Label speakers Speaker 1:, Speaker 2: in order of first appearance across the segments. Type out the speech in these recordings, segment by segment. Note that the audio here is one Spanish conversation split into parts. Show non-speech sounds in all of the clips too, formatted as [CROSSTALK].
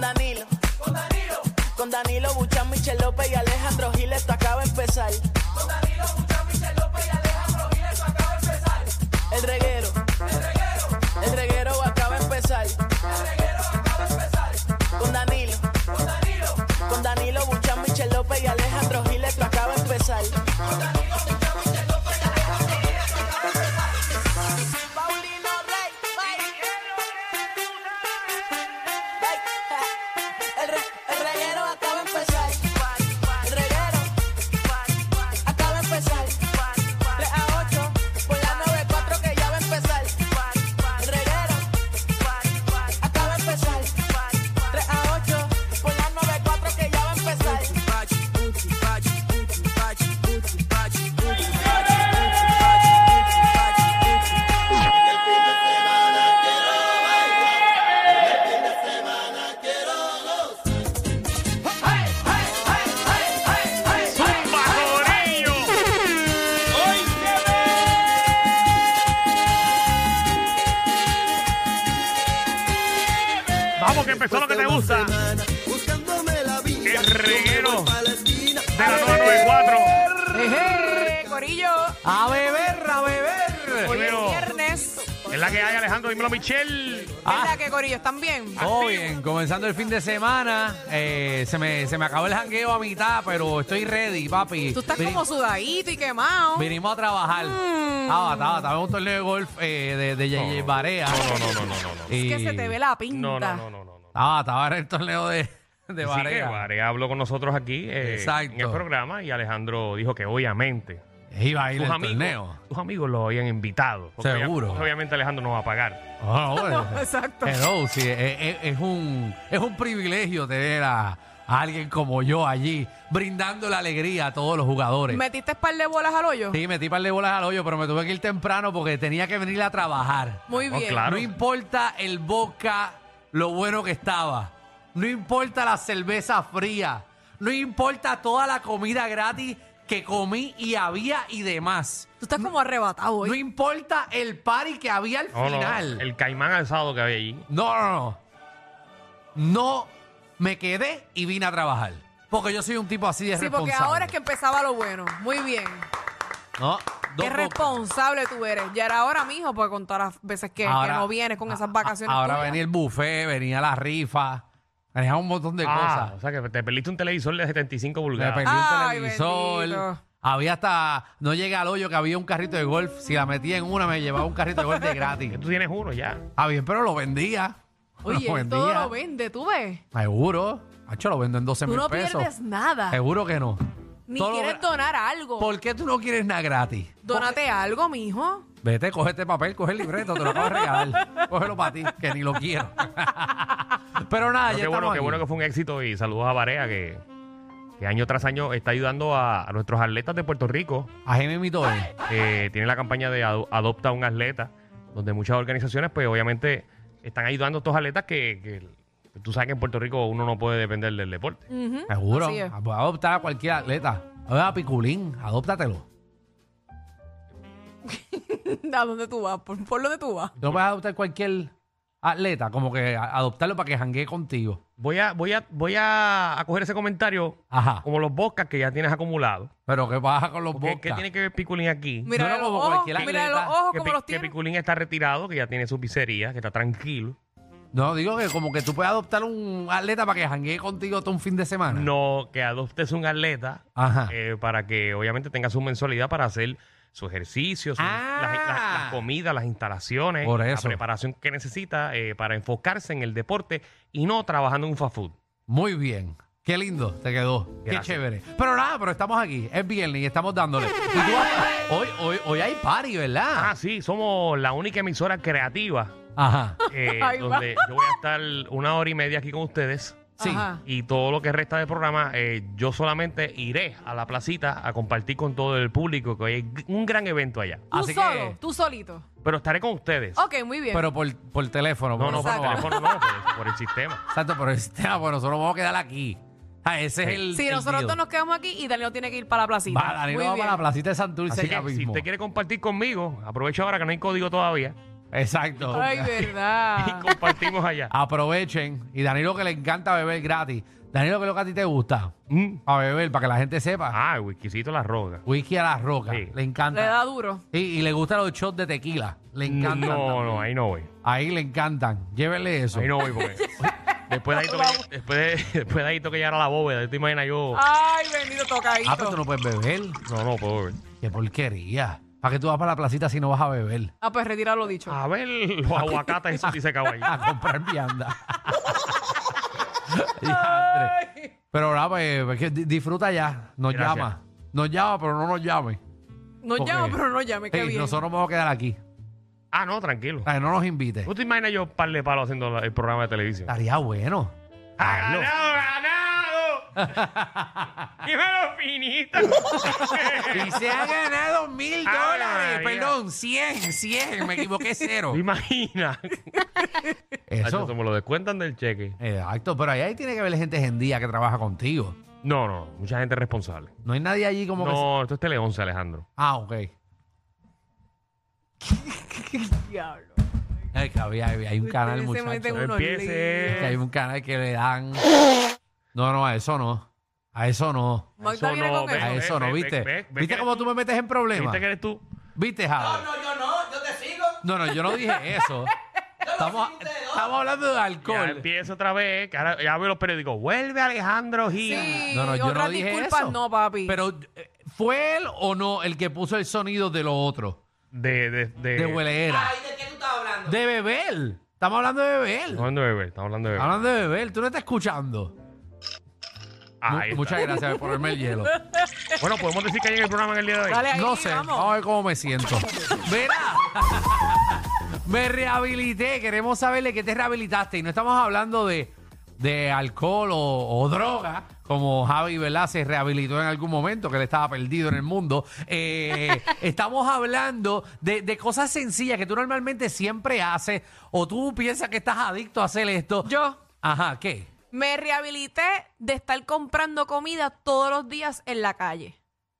Speaker 1: Danilo. Con Danilo. Con Danilo Buchan, Michel López y Alejandro Giles, esto acaba de empezar. Con Danilo Buchan, Michel López y Alejandro Giles, esto acaba de empezar. El reguero. El reguero. El reguero acaba de empezar. El reguero acaba de empezar. Con Danilo. Con Danilo. Con Danilo Buchan, Michel López y Alejandro Giles, esto acaba de empezar. Con Danilo Buchan, Michel López y Alejandro Giles, esto acaba de empezar. Paulino Rey. El, re, el reguero acaba de empezar. El reguero acaba de empezar. 3 a 8 por la 94 que ya va a empezar. El reguero acaba de empezar. 3 a 8 por la 94 que ya va a empezar.
Speaker 2: ¡Zumba, corillo! Vamos, que empezó lo que te gusta.
Speaker 3: Buscándome la vida.
Speaker 2: El reguero
Speaker 3: Pa' la esquina.
Speaker 2: de la 994.
Speaker 4: Eh, Corillo,
Speaker 5: A beber, a beber.
Speaker 4: hoy es
Speaker 2: Primero.
Speaker 4: viernes.
Speaker 2: Es la que hay, Alejandro. Dímelo, Michelle.
Speaker 5: Ah.
Speaker 4: ¿Verdad que Corillo están bien?
Speaker 5: Todo bien, comenzando el fin de semana. eh, se, me, se me acabó el jangueo a mitad, pero estoy ready, papi.
Speaker 4: Tú estás
Speaker 5: Vin-
Speaker 4: como sudadito y quemado. Mm.
Speaker 5: Vinimos a trabajar. Ah, estaba, estaba en un torneo de golf eh, de, de JJ Barea.
Speaker 2: No, no, no, no, no, no.
Speaker 5: Y-
Speaker 4: Es que se te ve la pinta.
Speaker 2: Oh. No, no, no, no, no, no.
Speaker 5: Ah, estaba en el torneo de, de
Speaker 2: Así que
Speaker 5: Barea.
Speaker 2: Varea habló con nosotros aquí eh,
Speaker 5: Exacto.
Speaker 2: en el programa y Alejandro dijo que obviamente
Speaker 5: Iba a ir
Speaker 2: tus
Speaker 5: el
Speaker 2: amigos,
Speaker 5: torneo.
Speaker 2: tus amigos lo habían invitado. porque obvia-
Speaker 5: Seguro.
Speaker 2: Obviamente Alejandro no va a pagar.
Speaker 5: Ah, bueno.
Speaker 4: exacto.
Speaker 5: Hello, sí, es, es- es un, es un privilegio tener a, a alguien como yo allí, brindando la alegría a todos los jugadores.
Speaker 4: ¿Metiste par de bolas al hoyo?
Speaker 5: Sí, metí par de bolas al hoyo, pero me tuve que ir temprano porque tenía que venir a trabajar.
Speaker 4: Muy
Speaker 2: No,
Speaker 4: bien.
Speaker 2: Oh, claro.
Speaker 5: No importa el boca, lo bueno que estaba. No importa la cerveza fría. No importa toda la comida gratis que comí y había y demás.
Speaker 4: Tú estás como arrebatado
Speaker 5: No
Speaker 4: hoy.
Speaker 5: importa el party que había al
Speaker 2: No, no,
Speaker 5: final.
Speaker 2: el caimán alzado que había allí.
Speaker 5: No, no, no. No me quedé y vine a trabajar. Porque yo soy un tipo así de
Speaker 4: sí,
Speaker 5: responsable.
Speaker 4: porque ahora es que empezaba lo bueno. Muy bien.
Speaker 5: No, dos
Speaker 4: Qué
Speaker 5: bocas.
Speaker 4: responsable tú eres. Ya era hora, mijo, porque con todas las veces que, que
Speaker 5: Ahora-
Speaker 4: no vienes con
Speaker 5: a-
Speaker 4: esas
Speaker 5: a-
Speaker 4: vacaciones.
Speaker 5: Ahora
Speaker 4: tuyas.
Speaker 5: venía el buffet, venía la rifa, venía un montón de
Speaker 2: Ah, o
Speaker 5: cosas.
Speaker 2: sea que te perdiste un televisor de 75
Speaker 5: Me
Speaker 2: pulgadas.
Speaker 5: perdí un
Speaker 4: Ay,
Speaker 5: televisor.
Speaker 4: bendito.
Speaker 5: Había hasta. No llegué al hoyo que había un carrito de golf. Si la metía en una, me llevaba un carrito de golf de gratis.
Speaker 4: [LAUGHS]
Speaker 2: Que Tú tienes uno ya.
Speaker 5: Ah, bien, pero lo vendía. [LAUGHS]
Speaker 4: Oye,
Speaker 5: lo
Speaker 4: él todo
Speaker 5: vendía.
Speaker 4: lo vende, tú ves.
Speaker 5: Seguro. Hacho, lo vendo en 12
Speaker 4: Tú
Speaker 5: mil
Speaker 4: no
Speaker 5: pesos.
Speaker 4: pierdes nada.
Speaker 5: Seguro que no.
Speaker 4: Ni
Speaker 5: Todo lo
Speaker 4: quieres
Speaker 5: gra-
Speaker 4: donar algo.
Speaker 5: ¿Por qué tú no quieres nada gratis?
Speaker 4: Donate algo, mijo. [LAUGHS]
Speaker 5: Vete, coge este papel, coge el libreto, te lo acabo de regalar. Cógelo para ti, que ni lo quiero. [LAUGHS] Pero nada,
Speaker 2: Pero
Speaker 5: ya
Speaker 2: qué
Speaker 5: estamos
Speaker 2: bueno, qué
Speaker 5: aquí.
Speaker 2: bueno que fue un éxito y saludos a Varea que, que año tras año está ayudando a, a nuestros atletas de Puerto Rico.
Speaker 5: Así me imitó él.
Speaker 2: Eh, tiene la campaña de ado- Adopta a un atleta, donde muchas organizaciones, pues obviamente, están ayudando a estos atletas que, que- que tú sabes que en Puerto Rico uno no puede depender del deporte.
Speaker 4: Ujú.
Speaker 5: Seguro.
Speaker 4: ¿Mm? Así es.
Speaker 5: Ah, pues Adopta a cualquier atleta. Oiga, Piculín, adóptatelo.
Speaker 4: ¿A dónde tú vas? ¿Por, por dónde tú vas?
Speaker 5: Tú no puedes adoptar cualquier atleta, como que a- adoptarlo para que janguee contigo.
Speaker 2: Voy a, voy a, voy a, a coger ese comentario
Speaker 5: Ajá.
Speaker 2: como los boscas que ya tienes acumulado.
Speaker 5: Pero ¿qué pasa con los
Speaker 2: ¿Qué,
Speaker 5: bocas?
Speaker 2: qué tiene que ver Piculín aquí?
Speaker 4: Mira
Speaker 5: no,
Speaker 4: los
Speaker 5: como
Speaker 4: ojos,
Speaker 5: cualquier
Speaker 4: mira los
Speaker 5: atleta.
Speaker 4: ojos
Speaker 2: que,
Speaker 4: como
Speaker 2: Pi-
Speaker 4: los
Speaker 2: que
Speaker 4: tiene.
Speaker 2: Piculín está retirado, que ya tiene su pizzería, que está tranquilo.
Speaker 5: No, digo que como que tú puedes adoptar un atleta para que janguee contigo todo un fin de semana.
Speaker 2: No, que adoptes un atleta
Speaker 5: Ajá.
Speaker 2: eh, para que obviamente tenga su mensualidad para hacer su ejercicio, su-
Speaker 5: Ah.
Speaker 2: las, las- las comidas, las instalaciones,
Speaker 5: Por
Speaker 2: la
Speaker 5: eso.
Speaker 2: preparación que necesita eh, para enfocarse en el deporte y no trabajando en un fast food.
Speaker 5: Muy bien. Qué lindo te quedó.
Speaker 2: Gracias.
Speaker 5: Qué chévere. Pero nada, pero estamos aquí. Es viernes y estamos dándole. Y tú has- hoy, hoy, hoy hay party,
Speaker 2: Ah,
Speaker 5: ¿verdad?
Speaker 2: sí, somos la única emisora creativa
Speaker 5: Ajá.
Speaker 2: eh,
Speaker 4: Ahí va.
Speaker 2: donde yo voy a estar una hora y media aquí con ustedes.
Speaker 5: Sí.
Speaker 4: Ajá.
Speaker 2: Y todo lo que resta del programa, eh, yo solamente iré a la placita a compartir con todo el público, que hoy hay g- un gran evento allá.
Speaker 4: Tú
Speaker 5: Así
Speaker 4: solo,
Speaker 5: que-
Speaker 4: tú solito.
Speaker 2: Pero estaré con ustedes.
Speaker 4: Ok, muy bien.
Speaker 5: Pero por, por teléfono.
Speaker 2: No,
Speaker 5: porque
Speaker 2: no, por
Speaker 5: nosotros vamos-
Speaker 2: teléfono no, por, por el sistema.
Speaker 5: Exacto, por el [LAUGHS] sistema, pues nosotros vamos a quedar aquí. Ah, ese es
Speaker 2: Sí.
Speaker 5: el.
Speaker 4: si
Speaker 5: el
Speaker 4: nosotros
Speaker 5: deal.
Speaker 4: dos nos quedamos aquí y Danilo tiene que ir para la placita.
Speaker 5: Va, Danilo
Speaker 4: Muy
Speaker 5: va
Speaker 4: bien.
Speaker 5: para la placita de Santurce
Speaker 2: Así
Speaker 5: ya
Speaker 2: que si
Speaker 5: mismo.
Speaker 2: usted quiere compartir conmigo, aprovecho ahora que no hay código todavía.
Speaker 5: Exacto.
Speaker 4: Ay,
Speaker 5: [LAUGHS]
Speaker 2: y
Speaker 4: verdad.
Speaker 2: compartimos allá.
Speaker 5: Aprovechen. Y Danilo que le encanta beber gratis. Danilo, ¿qué es lo que a ti te gusta?
Speaker 2: Mm.
Speaker 5: A beber, para que la gente sepa.
Speaker 2: Ah, el whiskycito la roga.
Speaker 5: Whisky a las rocas.
Speaker 2: Sí.
Speaker 5: Le
Speaker 4: Le
Speaker 5: encanta.
Speaker 4: da duro.
Speaker 5: Sí, y le gustan los shots de tequila. Le
Speaker 2: No,
Speaker 5: encantan. también.
Speaker 2: no, ahí no voy.
Speaker 5: Ahí le encantan. Llévenle eso.
Speaker 2: Ahí no voy
Speaker 4: [LAUGHS]
Speaker 2: porque. Después de ahí tengo que, después de, [LAUGHS] después de ahí tengo que llegar a la bóveda. ¿Te imaginas yo?
Speaker 4: Ay, bendito tocadito.
Speaker 5: Ah, pero tú no puedes beber.
Speaker 2: No, no, puedo beber.
Speaker 5: Qué porquería. ¿Para qué tú vas para la placita si no vas a beber?
Speaker 4: Ah, pues retira lo dicho.
Speaker 2: A ver, los aguacates esos sí se cago ahí.
Speaker 5: A comprar
Speaker 2: [LAUGHS]
Speaker 5: vianda. Diantre. pero nada, pues, pues, que di- disfruta ya. Nos
Speaker 2: Gracias.
Speaker 5: llama. Nos llama, pero no nos llame.
Speaker 4: No
Speaker 5: porque-
Speaker 4: llama, pero no llame, qué
Speaker 5: Sí,
Speaker 4: bien.
Speaker 5: nosotros nos vamos a quedar aquí.
Speaker 2: Ah, no, tranquilo.
Speaker 5: O sea, no nos invite.
Speaker 2: ¿Tú te imaginas yo par de palo haciendo la- el programa de televisión?
Speaker 5: Estaría bueno.
Speaker 2: ¡Ha
Speaker 5: Hazlo.
Speaker 2: ganado, ganado! ¡Dímelo finito!
Speaker 5: Y se ha ganado mil
Speaker 2: Ah,
Speaker 5: dólares.
Speaker 2: María.
Speaker 5: Perdón, cien, cien. Me equivoqué, cero.
Speaker 2: ¿Te imaginas? Eso.
Speaker 5: Eso.
Speaker 2: me lo descuentan del cheque.
Speaker 5: Exacto, pero ahí, ahí tiene que haber gente día que trabaja contigo.
Speaker 2: No, no, no, mucha gente responsable.
Speaker 5: No hay nadie allí como que... se-
Speaker 2: No, esto es Tele 11, Alejandro.
Speaker 5: Ah, ok.
Speaker 4: Diablo.
Speaker 5: Ay, que había- había- hay un
Speaker 4: Ustedes
Speaker 5: canal,
Speaker 4: se
Speaker 5: muchacho.
Speaker 4: meten
Speaker 2: No
Speaker 4: unos
Speaker 2: empiece.
Speaker 5: Es que
Speaker 4: líos.
Speaker 5: hay un canal que le dan... No, no, a eso no. A eso no.
Speaker 4: Magda
Speaker 2: Eso
Speaker 4: viene
Speaker 2: no,
Speaker 4: con eso.
Speaker 5: A
Speaker 2: ve,
Speaker 5: eso
Speaker 2: ve,
Speaker 5: no,
Speaker 2: ve,
Speaker 5: ¿viste?
Speaker 2: ve, ve, ve
Speaker 5: ¿Viste
Speaker 2: que-
Speaker 5: cómo tú me metes en problemas?
Speaker 2: ¿Viste que eres tú?
Speaker 5: ¿Viste, Jade?
Speaker 3: No, yo no, yo te sigo.
Speaker 5: No, no, yo
Speaker 3: [LAUGHS]
Speaker 5: no dije eso. Estamos, estamos hablando de
Speaker 2: Ya
Speaker 5: alcohol.
Speaker 2: empieza otra vez. que ahora ya veo los periódicos. Vuelve Alejandro Gil.
Speaker 4: Sí,
Speaker 5: No, no, yo
Speaker 4: otras
Speaker 5: no dije
Speaker 4: disculpas
Speaker 5: eso.
Speaker 4: no, papi.
Speaker 5: Pero, eh, ¿fue él o no el que puso el sonido de lo otro?
Speaker 2: De, de, de,
Speaker 5: De hueleera.
Speaker 3: Ay, ¿de qué tú estás hablando?
Speaker 5: De beber. Estamos hablando de beber.
Speaker 2: Estamos hablando de beber, estamos hablando de beber.
Speaker 5: Hablando de beber, tú no estás escuchando. Ah, Mu-
Speaker 2: Ahí está.
Speaker 5: Muchas gracias por ponerme el
Speaker 4: [LAUGHS]
Speaker 5: hielo.
Speaker 2: Bueno, podemos decir que hay en el programa en el día de hoy.
Speaker 4: Dale ahí,
Speaker 5: No sé, Oh.
Speaker 4: vamos.
Speaker 5: vamos. a ver cómo me siento. Verá, [LAUGHS] me rehabilité. Queremos saberle qué te rehabilitaste. Y no estamos hablando de, de alcohol o, o droga, como Javi ¿verdad? se rehabilitó en algún momento, que él estaba perdido en el mundo. Eh, [LAUGHS] estamos hablando de, de cosas sencillas que tú normalmente siempre haces o tú piensas que estás adicto a hacer esto.
Speaker 4: Yo.
Speaker 5: Ajá, ¿qué?
Speaker 4: Me rehabilité de estar comprando comida todos los días en la calle.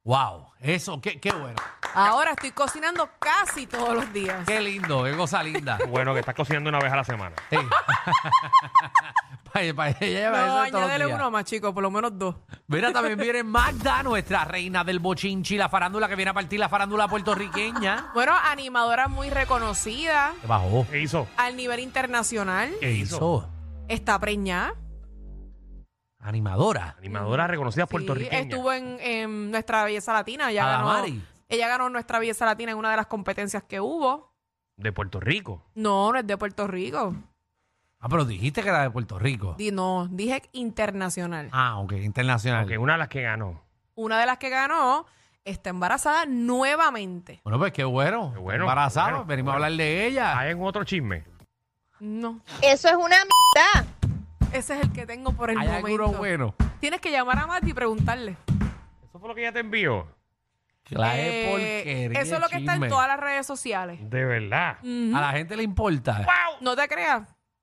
Speaker 5: Wow, eso, qué, qué bueno.
Speaker 4: Ahora estoy cocinando casi todos los días.
Speaker 5: Qué lindo, qué cosa
Speaker 2: [LAUGHS]
Speaker 5: linda.
Speaker 2: Bueno, que estás cocinando una vez a la semana.
Speaker 5: Sí. [LAUGHS] Pa- pa- ella lleva
Speaker 4: No,
Speaker 5: eso todos los
Speaker 4: añádele
Speaker 5: días.
Speaker 4: uno más, chico, por lo menos dos.
Speaker 5: Mira, también viene Magda, nuestra reina del bochinchi, la farándula que viene a partir la farándula puertorriqueña.
Speaker 4: Bueno, animadora muy reconocida
Speaker 5: ¿Qué bajó?
Speaker 2: ¿Qué hizo?
Speaker 4: al nivel internacional.
Speaker 2: ¿Qué hizo?
Speaker 5: Eso.
Speaker 4: Está preñada.
Speaker 5: Animadora.
Speaker 2: Animadora reconocida
Speaker 4: Sí,
Speaker 2: puertorriqueña.
Speaker 4: estuvo en, en nuestra belleza latina. Ella ganó,
Speaker 5: Adamari.
Speaker 4: ella ganó nuestra belleza latina en una de las competencias que hubo.
Speaker 2: De Puerto Rico.
Speaker 4: No, no es de Puerto Rico.
Speaker 5: Ah, pero dijiste que era de Puerto Rico.
Speaker 4: Di- no, dije internacional.
Speaker 5: Ah, ok, internacional.
Speaker 2: Que una de las que ganó.
Speaker 4: Una de las que ganó está embarazada nuevamente.
Speaker 5: Bueno, pues qué bueno.
Speaker 2: Qué bueno,
Speaker 5: Embarazada,
Speaker 2: bueno,
Speaker 5: venimos
Speaker 2: bueno.
Speaker 5: a hablar de
Speaker 4: Ah.
Speaker 5: ella.
Speaker 2: Hay Ah, en otro chisme.
Speaker 4: No,
Speaker 6: Eso es una mierda.
Speaker 4: ese es el que tengo por el
Speaker 5: Hay
Speaker 4: momento.
Speaker 5: alguno bueno.
Speaker 4: Tienes que llamar a Mati y preguntarle.
Speaker 2: Eso fue lo que ella te envió.
Speaker 5: Claro,
Speaker 4: Eh,
Speaker 5: porquería,
Speaker 4: eso es lo que está
Speaker 5: chisme.
Speaker 4: en todas las redes sociales.
Speaker 2: De verdad.
Speaker 5: A la gente le importa.
Speaker 4: No te creas,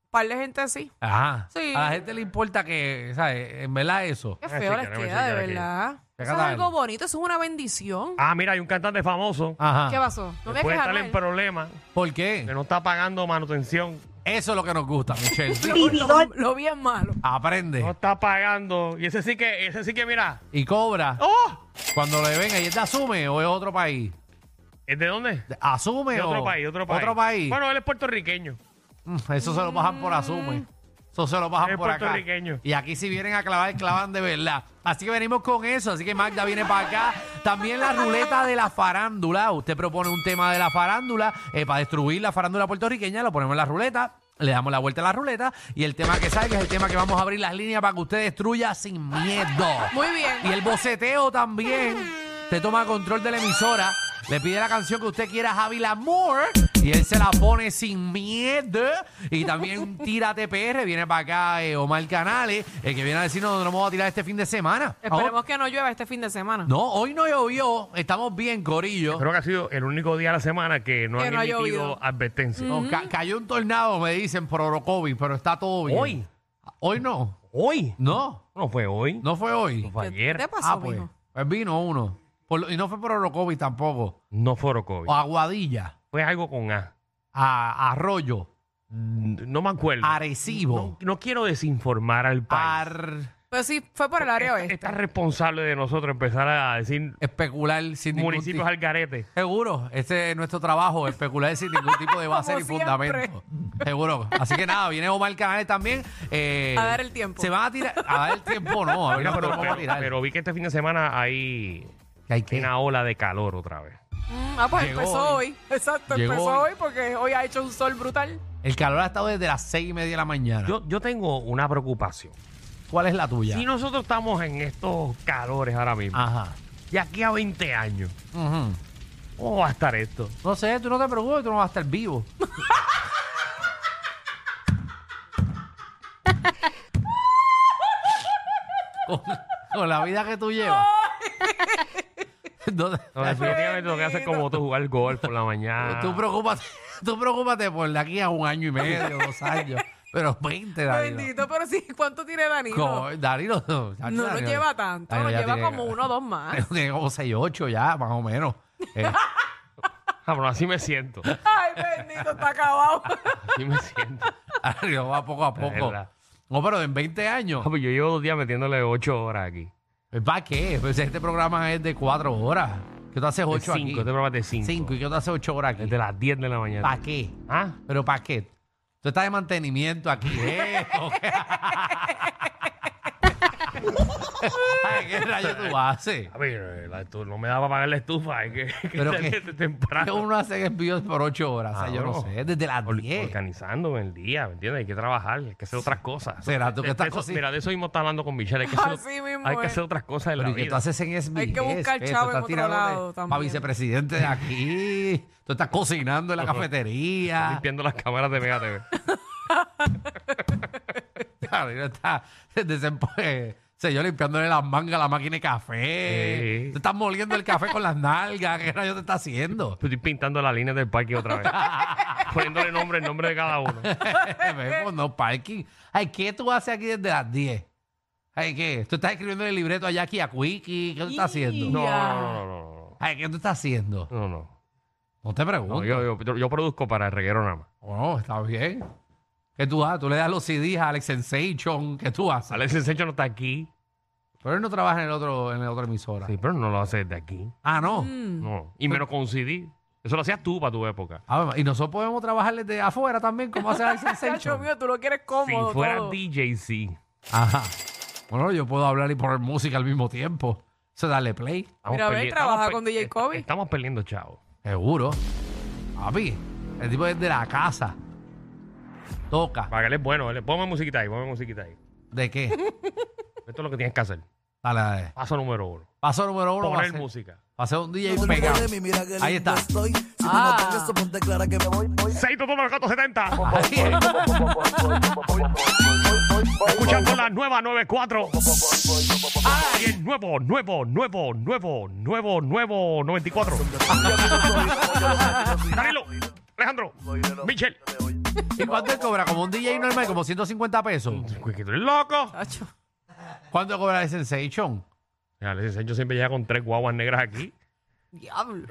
Speaker 4: par de gente así.
Speaker 5: Ajá.
Speaker 4: Sí.
Speaker 5: A la gente le importa que, ¿sabes? En verdad eso.
Speaker 4: Qué
Speaker 2: Ah, sí,
Speaker 4: feo les
Speaker 2: que no me
Speaker 4: queda, de
Speaker 2: enseñara que-
Speaker 4: verdad.
Speaker 5: Que
Speaker 4: Eso es
Speaker 5: cada-
Speaker 4: algo bonito, eso es una bendición.
Speaker 2: Ah, mira, hay un cantante famoso.
Speaker 5: Ajá.
Speaker 4: ¿Qué pasó? No me
Speaker 2: que puede
Speaker 4: quejas,
Speaker 2: estar en
Speaker 4: Noel.
Speaker 2: problemas.
Speaker 5: ¿Por
Speaker 2: Que
Speaker 5: qué?
Speaker 2: no está pagando manutención.
Speaker 5: Eso es lo que nos gusta, Michelle.
Speaker 4: Lo, lo bien malo.
Speaker 2: No
Speaker 5: Aprende
Speaker 2: está pagando. Y ese sí que, ese sí que mira.
Speaker 5: y cobra.
Speaker 2: ¡Oh!
Speaker 5: Cuando le ven, ¿ella te asume o es otro país?
Speaker 2: ¿Es de dónde?
Speaker 5: ¿Asume
Speaker 2: De
Speaker 5: o...?
Speaker 2: otro país, otro país. Bueno, él es puertorriqueño.
Speaker 5: Mm, eso se lo bajan por asume. Eso se lo bajan
Speaker 2: Es
Speaker 5: por acá.
Speaker 2: puertorriqueño.
Speaker 5: Y aquí si vienen a clavar, clavan de verdad. Así que venimos con eso. Así que Magda viene para acá. También la ruleta de la farándula. Usted propone un tema de la farándula eh, para destruir la farándula puertorriqueña. Lo ponemos en la ruleta. Le damos la vuelta a la ruleta. Y el tema que salga es el tema que vamos a abrir las líneas para que usted destruya sin miedo.
Speaker 4: Muy bien.
Speaker 5: Y el boceteo también. Te toma control de la emisora. Le pide la canción que usted quiera a Javi Lamour. Y él se la pone sin miedo. Y también Tírate PR. Viene para acá eh, Omar Canales. El que viene a decirnos dónde nos vamos a tirar este fin de semana.
Speaker 4: Esperemos que no llueva este fin de semana.
Speaker 5: No, hoy no llovió. Estamos bien, Corillo.
Speaker 2: Creo que ha sido el único día de la semana que no
Speaker 4: Que
Speaker 2: han
Speaker 4: no Mm. ha
Speaker 2: emitido
Speaker 4: llovido.
Speaker 2: advertencia.
Speaker 5: No, ca- cayó un tornado, me dicen, por Orocovi, pero está todo bien.
Speaker 2: ¿Hoy?
Speaker 5: Hoy no.
Speaker 2: ¿Hoy?
Speaker 5: No,
Speaker 2: No fue hoy.
Speaker 5: no fue hoy.
Speaker 2: No fue
Speaker 4: ¿Qué
Speaker 2: ayer.
Speaker 4: te pasó,
Speaker 5: Ah, pues.
Speaker 4: mijo?
Speaker 5: pues Vino uno. Por lo- y no fue por Orocovi tampoco.
Speaker 2: No fue Orocovi.
Speaker 5: O Aguadilla.
Speaker 2: Fue algo con A.
Speaker 5: a Arroyo,
Speaker 2: No me acuerdo.
Speaker 5: Arecibo.
Speaker 2: No, no quiero desinformar al país.
Speaker 5: Ar-
Speaker 4: Pero Pues sí, fue por el área
Speaker 2: Está,
Speaker 4: oeste.
Speaker 2: está responsable de nosotros empezar a decir
Speaker 5: especular sin ningún
Speaker 2: municipios
Speaker 5: tipo-
Speaker 2: al garete.
Speaker 5: Seguro, este es nuestro trabajo, especular sin ningún tipo de base
Speaker 4: Como
Speaker 5: ni fundamento. Seguro. Así que nada, viene Omar Canales también. eh,
Speaker 4: A dar el tiempo.
Speaker 5: Se van a tirar. A dar el tiempo, no. A ver,
Speaker 2: Mira,
Speaker 5: nosotros
Speaker 2: pero,
Speaker 5: vamos a
Speaker 2: pero-
Speaker 5: tirar.
Speaker 2: pero vi que este fin de semana hay
Speaker 5: Que hay
Speaker 2: hay
Speaker 5: que.
Speaker 2: una ola de calor otra vez.
Speaker 4: Mm, ah, pues
Speaker 5: Llegó
Speaker 4: empezó
Speaker 5: hoy.
Speaker 4: hoy. [LAUGHS] Exacto,
Speaker 5: Llegó
Speaker 4: empezó
Speaker 5: hoy.
Speaker 4: hoy porque hoy ha hecho un sol brutal.
Speaker 5: El calor ha estado desde las seis y media de la mañana.
Speaker 2: Yo, yo tengo una preocupación.
Speaker 5: ¿Cuál es la tuya?
Speaker 2: Si nosotros estamos en estos calores ahora mismo,
Speaker 5: Ajá.
Speaker 2: y aquí a 20 años,
Speaker 5: Ujú.
Speaker 2: ¿cómo va a estar esto?
Speaker 5: No sé, tú no te preocupes, tú no vas a estar vivo. con, con la vida que tú llevas. No te-
Speaker 2: No, definitivamente lo que hace es como tú jugar golf por la mañana.
Speaker 5: Tú preocúpate, tú preocúpate por de aquí a un año y medio, dos años. Pero 20, Danilo.
Speaker 4: Bendito, pero sí, ¿cuánto tiene Danilo?
Speaker 5: Co- Danilo, no,
Speaker 4: No lo lleva tanto, lo
Speaker 5: ya
Speaker 4: lleva
Speaker 5: tiene-
Speaker 4: como uno o
Speaker 5: [LAUGHS]
Speaker 4: dos más.
Speaker 5: Tiene como 6, 8 ya, más o menos.
Speaker 4: [LAUGHS]
Speaker 5: Eh,
Speaker 2: Ah, bueno, así me siento.
Speaker 4: Ay, bendito,
Speaker 5: [LAUGHS]
Speaker 4: está acabado.
Speaker 2: Así me siento.
Speaker 5: Danilo va poco a
Speaker 2: Es
Speaker 5: poco.
Speaker 2: verdad.
Speaker 5: No, pero en 20 años.
Speaker 2: Ah, pues yo llevo dos días metiéndole ocho horas aquí.
Speaker 5: ¿Para qué? Pues este programa es de 4 horas. ¿Qué tú haces 8
Speaker 2: Ocho
Speaker 5: aquí?
Speaker 2: cinco, este programa es de cinco.
Speaker 5: 5. ¿Y qué tú haces 8 horas aquí?
Speaker 2: Desde las 10 de la mañana.
Speaker 5: ¿Para qué?
Speaker 2: ¿Ah?
Speaker 5: ¿Pero para qué? Tú estás de mantenimiento aquí,
Speaker 2: [LAUGHS]
Speaker 5: ¿eh? ¿O qué? Ay, ¿Qué rayo tú haces?
Speaker 2: A ver, eh, la estu- no me daba para pagar la estufa, hay que, [LAUGHS] que
Speaker 5: Pero
Speaker 2: salir
Speaker 5: que-
Speaker 2: de
Speaker 5: Que
Speaker 2: temprano.
Speaker 5: uno hace envíos por 8 horas. o
Speaker 2: Ah,
Speaker 5: sea, yo no
Speaker 2: bueno.
Speaker 5: sé. Desde las
Speaker 2: Or-
Speaker 5: 10.
Speaker 2: Organizando el día, ¿me entiendes? Hay que trabajar, hay que hacer otras cosas.
Speaker 5: Será tú que
Speaker 2: De- de
Speaker 5: estás
Speaker 2: eso-
Speaker 5: cosi-
Speaker 2: Mira, de eso mismo está hablando con Michelle. Hay que
Speaker 5: [LAUGHS]
Speaker 2: hacer,
Speaker 4: Así mismo
Speaker 2: hay que
Speaker 4: es.
Speaker 2: hacer otras cosas de la
Speaker 5: Pero ¿y qué tú
Speaker 2: vida.
Speaker 5: haces en SB?
Speaker 4: Hay que buscar chavo en otro
Speaker 5: Para
Speaker 4: lado también.
Speaker 5: vicepresidente de aquí. Tú estás cocinando en
Speaker 2: [LAUGHS]
Speaker 5: la
Speaker 2: Estás
Speaker 5: cafetería.
Speaker 2: Limpiando las cámaras de Mega
Speaker 5: [LAUGHS]
Speaker 2: TV.
Speaker 5: Claro, yo está desempe- [LAUGHS] sé yo limpiándole las mangas a la máquina de café.
Speaker 2: Sí.
Speaker 5: Te estás moliendo el café con las nalgas. ¿Qué rayos te está haciendo? [LAUGHS]
Speaker 2: Estoy pintando las líneas del parque otra vez. Poniéndole nombre, el nombre de
Speaker 5: [LAUGHS]
Speaker 2: cada uno.
Speaker 5: Vemos, no parking. Ay, ¿qué tú haces aquí desde las 10? Ay, ¿qué? ¿Tú estás escribiendo el libreto a Jackie, a Quickie? ¿Qué tú estás haciendo?
Speaker 2: No,
Speaker 4: Ya.
Speaker 2: no, no, no,
Speaker 5: Ay, ¿qué tú estás haciendo?
Speaker 2: no, no. no.
Speaker 5: No te pregunto.
Speaker 2: No, yo, yo- yo produzco para el reguero nada más.
Speaker 5: Bueno, está bien. ¿Qué tú haces? Tú le das los CDs a Alex Sensation. ¿Qué tú haces?
Speaker 2: Alex Ensecho no está aquí.
Speaker 5: Pero él no trabaja en el otro, en la otra emisora.
Speaker 2: Sí, pero no lo hace desde aquí.
Speaker 5: Ah, no.
Speaker 4: Mm.
Speaker 2: No. Y menos con CD. Eso lo hacías tú para tu época.
Speaker 5: A ver, Ah, y nosotros podemos trabajar desde afuera también, como hace Alex
Speaker 4: Cacho
Speaker 5: Sensation.
Speaker 4: mío, tú lo quieres cómodo.
Speaker 2: si fuera
Speaker 4: todo.
Speaker 2: DJ, sí.
Speaker 5: Ajá. Bueno, yo puedo hablar y poner música al mismo tiempo. O sea, dale play.
Speaker 2: Estamos
Speaker 4: Mira, a ver,
Speaker 2: perdi-
Speaker 4: trabaja
Speaker 2: estamos per-
Speaker 4: con DJ
Speaker 2: est-
Speaker 4: Kobe.
Speaker 2: Estamos perdiendo, chavo.
Speaker 5: Seguro. Papi, el tipo es de la casa. Toca.
Speaker 2: Para que él es bueno. él es- Ponme musiquita ahí, ponme musiquita ahí.
Speaker 5: ¿De qué?
Speaker 2: Esto es lo que tienes que hacer.
Speaker 5: Dale, dale.
Speaker 2: Paso número uno.
Speaker 5: Paso número uno. va a
Speaker 2: Poner
Speaker 5: ser-
Speaker 2: música.
Speaker 5: va a ser un DJ
Speaker 7: Tú no
Speaker 5: pegado.
Speaker 7: eres de mí, mira qué
Speaker 5: Ahí
Speaker 7: lindo
Speaker 5: está.
Speaker 7: estoy. Si tú
Speaker 5: Ah.
Speaker 7: no pones eso, ponte clara que me voy. voy,
Speaker 2: Seito todo los gatos 70.
Speaker 5: Ahí es.
Speaker 2: Escuchando la nueva 94. Ay, el nuevo, nuevo, nuevo, nuevo, nuevo, nuevo 94. Danilo, Alejandro, Michel.
Speaker 5: ¿Y cuánto él cobra? Como un DJ normal, como 150 pesos.
Speaker 2: Que tú eres loco.
Speaker 4: Cacho.
Speaker 5: ¿Cuánto cobra el Sensation?
Speaker 2: Mira, les enseño siempre llega con tres guaguas negras aquí.
Speaker 4: Diablo.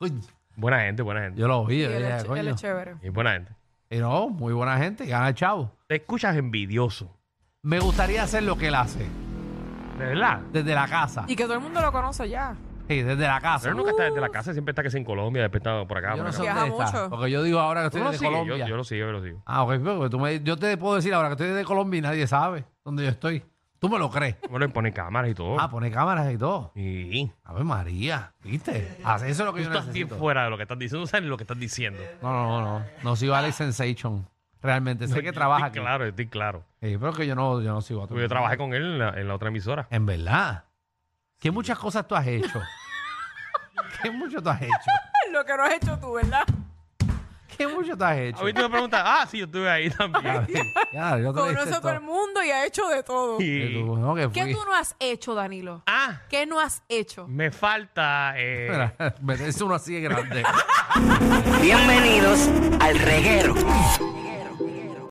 Speaker 5: Uy,
Speaker 2: Buena gente, buena gente.
Speaker 5: yo lo vi.
Speaker 4: Y
Speaker 5: yo
Speaker 4: él,
Speaker 5: dije,
Speaker 4: es, ch- él
Speaker 5: coño.
Speaker 4: es chévere.
Speaker 2: Y buena gente.
Speaker 5: Y no, muy buena gente, gana el chavo.
Speaker 2: Te escuchas envidioso.
Speaker 5: Me gustaría hacer lo que él hace,
Speaker 2: De verdad.
Speaker 5: desde la casa.
Speaker 4: Y que todo el mundo lo conoce ya.
Speaker 5: Sí, desde la casa.
Speaker 2: Pero nunca está desde la casa, siempre está que es en Colombia, después está por acá.
Speaker 5: yo
Speaker 2: por
Speaker 5: no
Speaker 2: acá.
Speaker 5: sé
Speaker 4: Viaja
Speaker 5: dónde está.
Speaker 4: mucho.
Speaker 5: Porque yo digo ahora que
Speaker 2: Tú
Speaker 5: estoy
Speaker 2: lo
Speaker 5: de
Speaker 2: sigues, yo-
Speaker 5: Colombia.
Speaker 2: Yo, lo sigo, yo lo sigo.
Speaker 5: Ah, ok, pero tú me- yo te puedo decir ahora que estoy de Colombia y nadie sabe dónde yo estoy. Tú me lo crees.
Speaker 2: Bueno, le pone cámaras y todo.
Speaker 5: Ah, pone cámaras y todo.
Speaker 2: y
Speaker 5: A ver, María, ¿viste? Haz eso es lo
Speaker 2: tú
Speaker 5: que yo
Speaker 2: estás bien
Speaker 5: necesito.
Speaker 2: fuera de lo que estás diciendo, no sabes lo que estás diciendo.
Speaker 5: No, no, no, no. No sigo a Alex Sensation. Realmente sé
Speaker 2: Yo
Speaker 5: que trabaja aquí.
Speaker 2: estoy claro, estoy claro.
Speaker 5: Sí, pero que yo no, yo no sigo a tu.
Speaker 2: Porque yo trabajé con él en la, en la otra emisora.
Speaker 5: En verdad. Qué muchas cosas tú has
Speaker 2: [LAUGHS]
Speaker 5: hecho. Qué mucho tú has hecho.
Speaker 4: Lo que no has hecho tú, ¿verdad?
Speaker 5: Qué mucho tú has hecho.
Speaker 2: A mí tú me preguntas, ah, sí, yo estuve ahí
Speaker 5: [LAUGHS]
Speaker 2: también.
Speaker 5: Ya, yo te lo
Speaker 4: Conoce
Speaker 5: hice
Speaker 4: a todo el mundo y ha hecho de todo.
Speaker 2: Y-
Speaker 5: Que tú, no, que
Speaker 4: ¿Qué
Speaker 5: fui.
Speaker 4: tú no has hecho, Danilo?
Speaker 2: ah,
Speaker 4: ¿Qué no has hecho?
Speaker 2: me falta. eh,
Speaker 5: [LAUGHS] Mira, meterse uno así de grande.
Speaker 1: Bienvenidos al reguero.